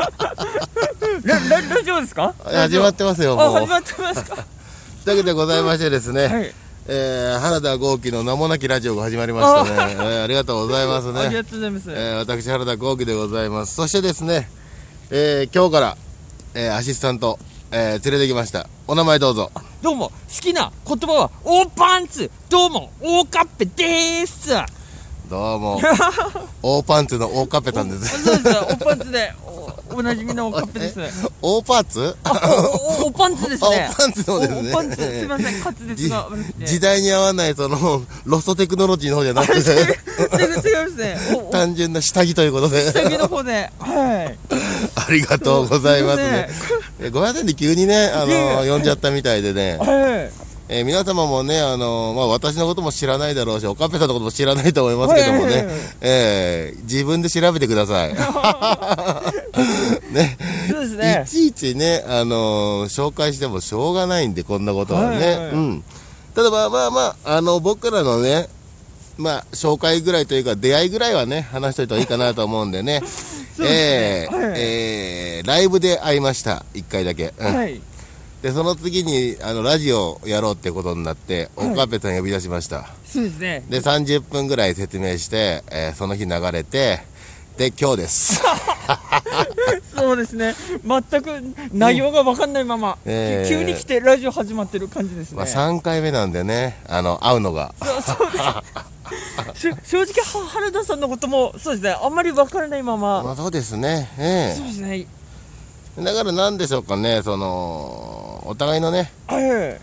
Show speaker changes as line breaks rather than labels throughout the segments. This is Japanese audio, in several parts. ラララジオですか
始まってますよ、
あ
もう。
始まってますか
というわけでございましてですね、
はい
えー原田豪輝の名もなきラジオが始まりましたね。えーありがとうございます
あり
ね。
がとうございます、
えー私、原田豪輝でございます。そしてですね、えー今日から、えーアシスタント、えー連れてきました。お名前どうぞ。
どうも好きな言葉はオーパンツどうもオーカッペでーすあ
どう も。大パンツの大カペタンです。
そうですオーパンツでおおなじみのオーカッペです
大パーツ
あおおおパンツですね
あおパンツそうですね
おおパンツすいません滑舌が悪くて
時代に合わないそのロストテクノロジーの方じゃなくて
違う違いますねおお
単純な下着ということで
下着の方ではい
ありがとうございますね
すい
えごめんなさいね急にねあ
いや
の
い
呼んじゃったみたいでね
ま、せんはい
えー皆様もねあの、まあ、私のことも知らないだろうしオカペさんのことも知らないと思いますけども
はいはい
ね
はいはい、
えー自分で調べてく ださいね
そうですね
いちいちね、あのー紹介してもしょうがないんで、こんなことはね。
はいはい
うん。ただまあまあまあ、あの、僕らのね、まあ、紹介ぐらいというか、出会いぐらいはね、話しといた方がいいかなと思うんでね。
そうで
え
す
ー
ねはい
えーライブで会いました。一回だけ。うん
はい
で、その次に、あの、ラジオやろうってことになって、岡部さん呼び出しました。
そうですね
で、30分ぐらい説明して、えーその日流れて、で、今日です。
そうですね全く内容が分かんないまま、
ええ
急に来てラジオ始まってる感じですね、
まあ、3回目なんでね、あの、会うのが。
そうそうですし 正直は原田さんのこともそうですねあんまり分からないまま、
まあそうですね、え
そうですね
えだからなんでしょうかね、そのお互いのね、
ええ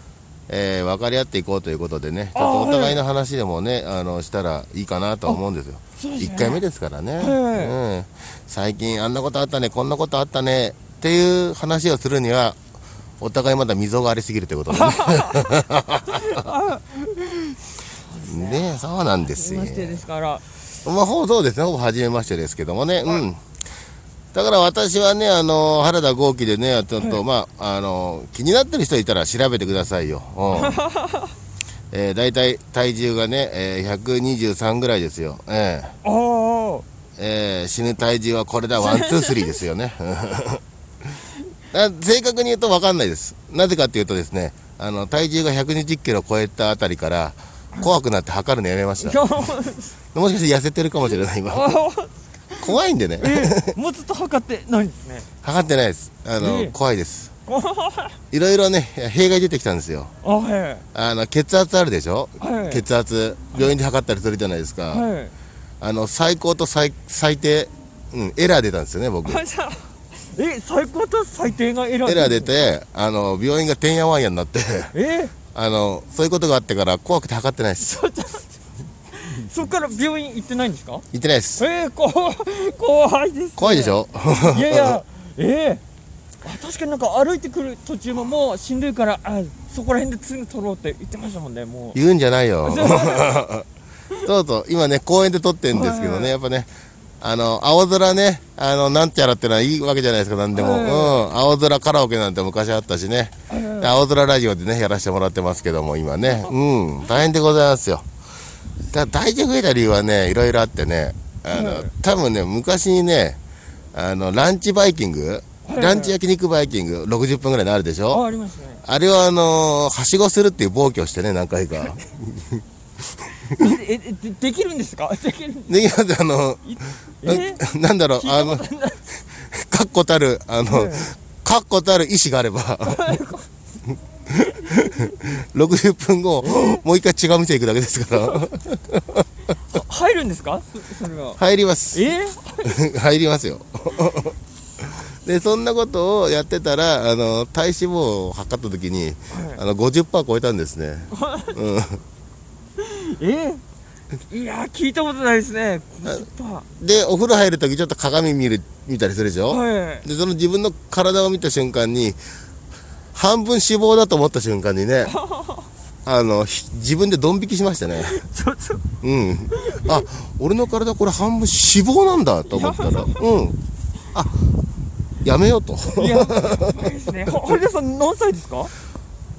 えー分かり合っていこうということでね、ちょ
あ
っと
は
お
い
互いの話でもね、あのしたらいいかなとは思うんですよ。
そうですね
1回目ですからね、
は
うん、最近あんなことあったね、こんなことあったねっていう話をするには、お互いまだ溝がありすぎるとい うことでね。 ねえそうなんですよ
ま。してですから
まあ、ほぼそうですね、ほぼ初めましてですけどもね、うん。だから私はね、あの、原田豪輝でね、ちょっと、まあ、あの、気になってる人いたら調べてくださいよ。うん。えー、大体体重がね、えー、123ぐらいですよ。えー
ああ
えー死ぬ体重はこれだ、ワン、ツー、スリーですよね。 あ正確に言うと分かんないです。なぜかっていうとですね、あの、体重が120キロ超えたあたりから、怖くなって測るのやめました。 もしかして痩せてるかもしれない、今。怖いんでね、
もうずっと測ってないんですね
測ってないですあの、
ええ
怖いです
あ
いろいろね弊害出てきたんですよ
は
あの血圧あるでしょ、
はい
血圧病院で測ったりするじゃないですか、
いはい
あの最高と最最低、うん、エラー出たんですよね僕エ
あじゃあえ最高と最低がエラー
ラー出てあの病院がてんやわんやになって
え
あのそういうことがあってから怖くて測ってないです
そっから病院行ってないんですか
行ってないです
えー、こ怖いです、ね、
怖いでしょ
いやいやえー、あ確かになんか歩いてくる途中ももうしんどいからあそこら辺ですぐ取ろうって言ってましたもんねもう
言うんじゃないよ
そう
そうそう今ね公園で撮ってるんですけど
は
ねやっぱねあの青空ねあのなんちゃらってのはいいわけじゃないですか何でも、
はい
うん、青空カラオケなんて昔あったしね、青空ラジオでねやらせてもらってますけども今ねうん大変でございますよだ大体増えた理由はねいろいろあってねあの、多分ね昔にねあのランチバイキング、ランチ焼肉バイキング60分ぐらいのあるでしょ、
あありますね
あれはあのーはしごするっていう暴挙をしてね何回か
ええでできるんですかできるん
で今あの
えー、
なんだろう、あの、
聞いたことない
確固たる、あの、確固たる意志があれば、60分後、もう一回違う店行くだけですから、
入るんですかそそれは
入ります。
えー、
入りますよ。 で、そんなことをやってたら、あの、体脂肪を測った時に、あの、50%超えたんですね。うん
えー、いやー聞いたことないですね50%
で、お風呂入る時ちょっと鏡見る、見たりするでしょ
はい
でその自分の体を見た瞬間に半分脂肪だと思った瞬間 にねあのひ自分でドン引きしましたね
ちょっと
うんあ俺の体これ半分脂肪なんだと 思ったらうんあやめようと
いや、怖いですね。ほ堀田さん、何歳ですか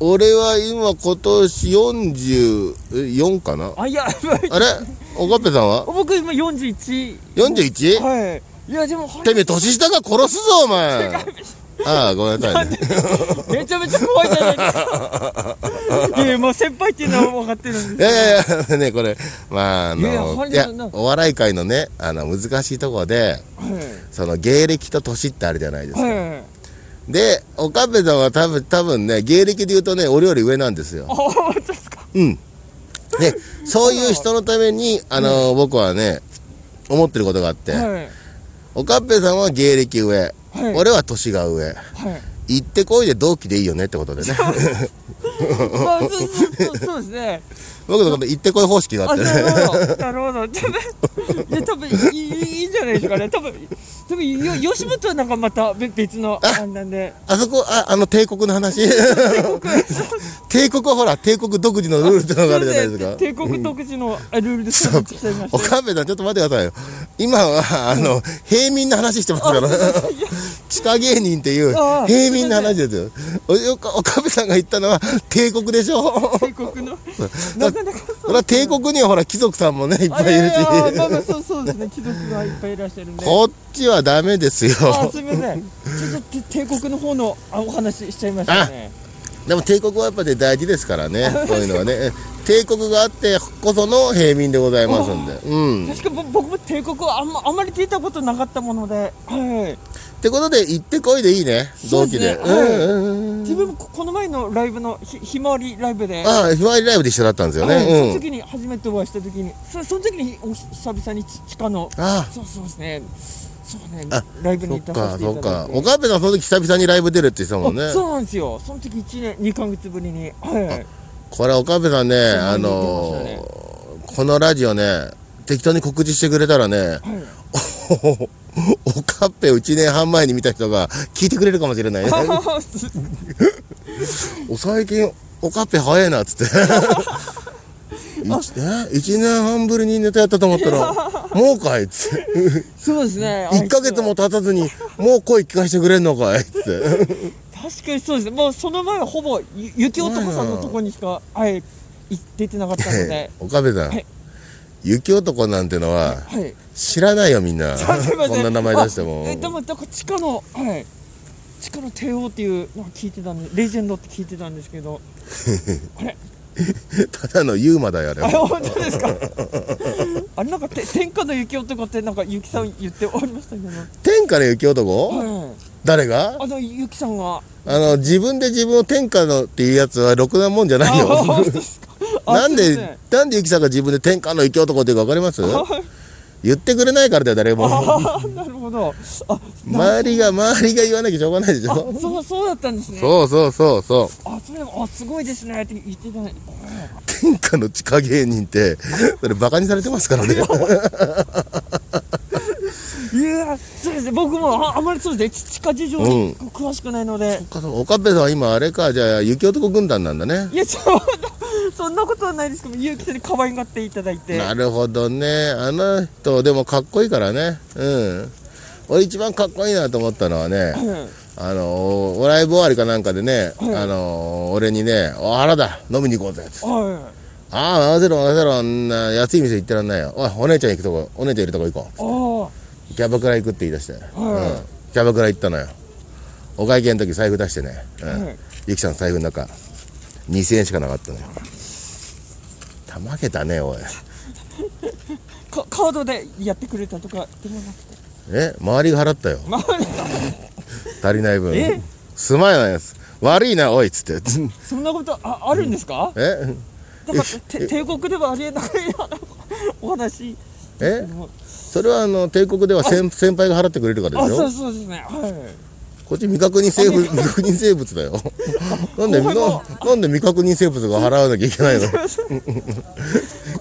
俺は今今年44かな
あ、いや、
あれおかっぺさんは
僕今41
41?
はいいやでもほん
てめえ、年下が殺すぞ、お前。ああ、ごめんなさいね。
めちゃめちゃ怖いじゃないです かいやもう先輩っていうのは分かってるん
い
で
やいやいや、ね、これ、まあ、あ
いやいや
の、
本
い
当
や
そんな、
お笑い界のね、あの、難しいとこで、その、芸歴と年ってあるじゃないです
はい
か。
はい
で、おかっぺさんは多分、多分ね、芸歴で言うとね、俺より上なんですよ
あ。本当ですか
うん。で、そういう人のために、あの、僕はね、思ってることがあって、
はい
おかっぺさんは芸歴上、
はい
俺は年が上。
はい
行ってこいで同期でいいよねってことでね。
まあそうそうそうそうですね
僕のこの行ってこい方式があ
あ
って
な
ね。
るほどなるほど多分いや多分いいいいんじゃないですかね多分多分よ吉本はなんかまた別別のあんなんで
あそこ、あ、あの帝国の話。 帝国はほら、帝国独自のルールってのがあるじゃないですか。
帝国独自のあルールで
そう
参加しちゃいまし
お
た
かべさん、ちょっと待ってくださいよ。今は、あの、平民の話してますから、地下芸人っていう
あ、ー
平民の話ですよ。おおかおかべさんが言ったのは、帝国でしょ
帝国 のなかなか
それは帝国にはほら、貴族さんもね、いっぱいいるし。
あいやいやまあまあそうそうですね貴族がいっぱいいらっしゃるんで
こっちはダメですよ。
あすみませんちょっと帝国の方のあお話しちゃいましたね
でも帝国はやっぱり大事ですからね、こういうのはね。帝国があってこその平民でございますんで。うん。っ
確かぼ僕も帝国はあんまあんまり聞いたことなかったものではい
てことで、行ってこいでいいね、
そう
同
です
期
ね
で。うんうんうん。
自分もここの前のライブのひひまわりライブで
ああ、ひまわりライブで一緒だったんですよ
はいその
ね。
時に初めてお会いした時にそその時にお久々にち地下の
うん。ああ。
そうそうですねそうね
あ
ライブ
そ
に
っ
出さ
か
せて
そ
い
った
だ
か
いて
おかべさんその時久々にライブ出るって言ってたもんね
あそうなんですよその時1年2ヶ月ぶりにはい
これおかべさんね
ん
あのーこのラジオね適当に告知してくれたらね
はい
おおかっぺを1年半前に見た人が聞いてくれるかもしれない ね お最近おかっぺ早いなっ つって 1, 1年半ぶりにネタやったと思った らもうかいっつって
そうですね
1ヶ月も経たずにもう声聞かせてくれんのかいっ つって
確かにそうですねもうその前はほぼゆ雪男さんのとこにしかはいい出てなかったので
おかべさん、
はい
雪男なんてのは
はい
知らないよみんな
すいません
こんな名前出しても
あえでもなんか地下のはい地下の帝王っていうのを聞いてたんでレジェンドって聞いてたんですけ どあれ
ただのユーマだよあれ
あ
は
本当ですか あれなんかて天下の雪男ってなんかゆきさん言っておりましたけど、
天下の雪男、
はい、
誰が
あのゆきさんが
あの自分で自分を天下のっていうやつはろくなもんじゃない
あ
よ
本当ですかあ
なん
すいません
でなんでゆきさんが自分で天下の雪男っていうか分かります
はい
言ってくれないからだよ誰も
あなるほどあ
周りが周りが言わなきゃしょうがないでしょ
そうそうだったんですね
そうそうそうそう
あそれあすごいですねって言ってたね
天下の地下芸人ってそれバカにされてますから ね
いやそうですね僕もああまりそうですね地下事情
うん
に詳しくないので、
おかっぺさんは今あれかじゃあ雪男軍団なんだね
いやそんな そんなことはないですけどゆきさんに可愛がっていただいて
なるほどねあの人でもかっこいいからねうん俺一番かっこいいなと思ったのはね
うん
あのおライブ終わりかなんかでね、あの俺にね「お原だ飲みに行こうぜ」って
はい
「ああ任せろ任せろあんな安い店行ってらんないよおいお姉ちゃん行くとこお姉ちゃんいるとこ行こ
あー
うキャバクラ行く」って言い出して、うん、キャバクラ行ったのよお会計の時財布出してね、うん
はい
ゆきさん財布の中2000円しかなかったのよたまげたねおい
かカードでやってくれたとかでもなくて
え周りが払ったよ
まあ
足りない分
え
すまないです悪いなおいっつって
そんなことああるんですか、
え
なんかて帝国ではありえないようなお話
え
もう
それはあの帝国では先先輩が払ってくれるから
あ
でし
そ
ょ
うそうですね はい
こっち未確認生物未確認生物だよなんで
後輩も
ななんで未確認生物が払わなきゃい けないの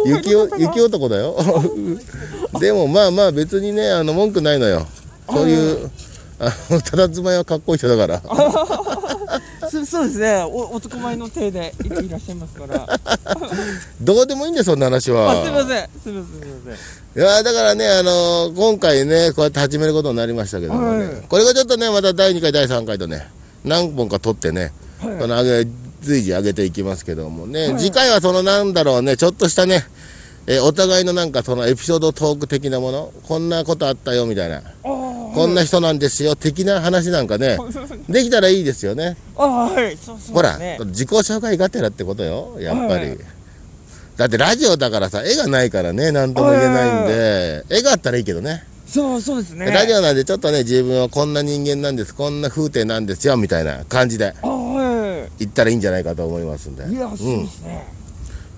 雪お雪男 だよでもまあまあ別にねあの文句ないのよそういうあのただまいはかっこいい人だから
そそうですねお男前の体でいいらっしゃいますから
どうでもいいんだよそんな話は
あすいませんすいませんすいませ
いやーだからね、あのー今回ね、こうやって始めることになりましたけどもね、
はい
これがちょっとね、また第2回、第3回とね、何本か撮ってね、
はい
この上げ随時上げていきますけどもね、次回はそのなんだろうね、ちょっとしたね、えーお互いのなんかそのエピソードトーク的なもの、こんなことあったよみたいな、
あー
こんな人なんですよ的な話なんかね、できたらいいですよね。
あーはいそうそう
ほ
で
ら
す、ね
自己紹介がてらってことよ、やっぱ
は
り
い。
だってラジオだからさ、絵がないからね、なんとも言えないんで、絵があったらいいけどね。
そうそうですね
ラジ
あ
オなんでちょっとね、自分はこんな人間なんです、こんな風景なんですよ、みたいな感じで
ーは
言ったらいいんじゃないかと思いますんで。
いいやそう
うん
で。すね、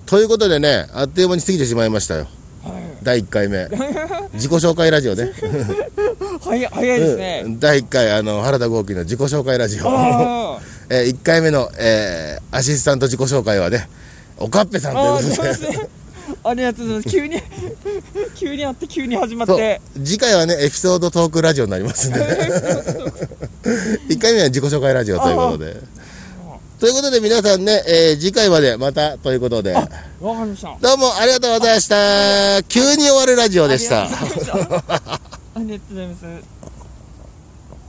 ということでね、あっという間に過ぎてしまいましたよ。
はい
第1回 目。自己紹介ラジオね。
早い早いですね、
うん第1回、 あの、原田豪輝の自己紹介ラジオ。
ああ
え1回目の、えーアシスタント自己紹介はね、おかっぺ さんと
ああ
い
そ
う
う
こ
で
と
す
で。
ねありがとうございます急に急にあって急に始まっ
そ
て
う次回はねエピソードトークラジオになりますんでね1回目は自己紹介ラジオということでということで皆さんね、えー次回までまたということで
わかりました
どうもありがとうございました急に終わるラジオでした
ありがとうございましたありがとうございます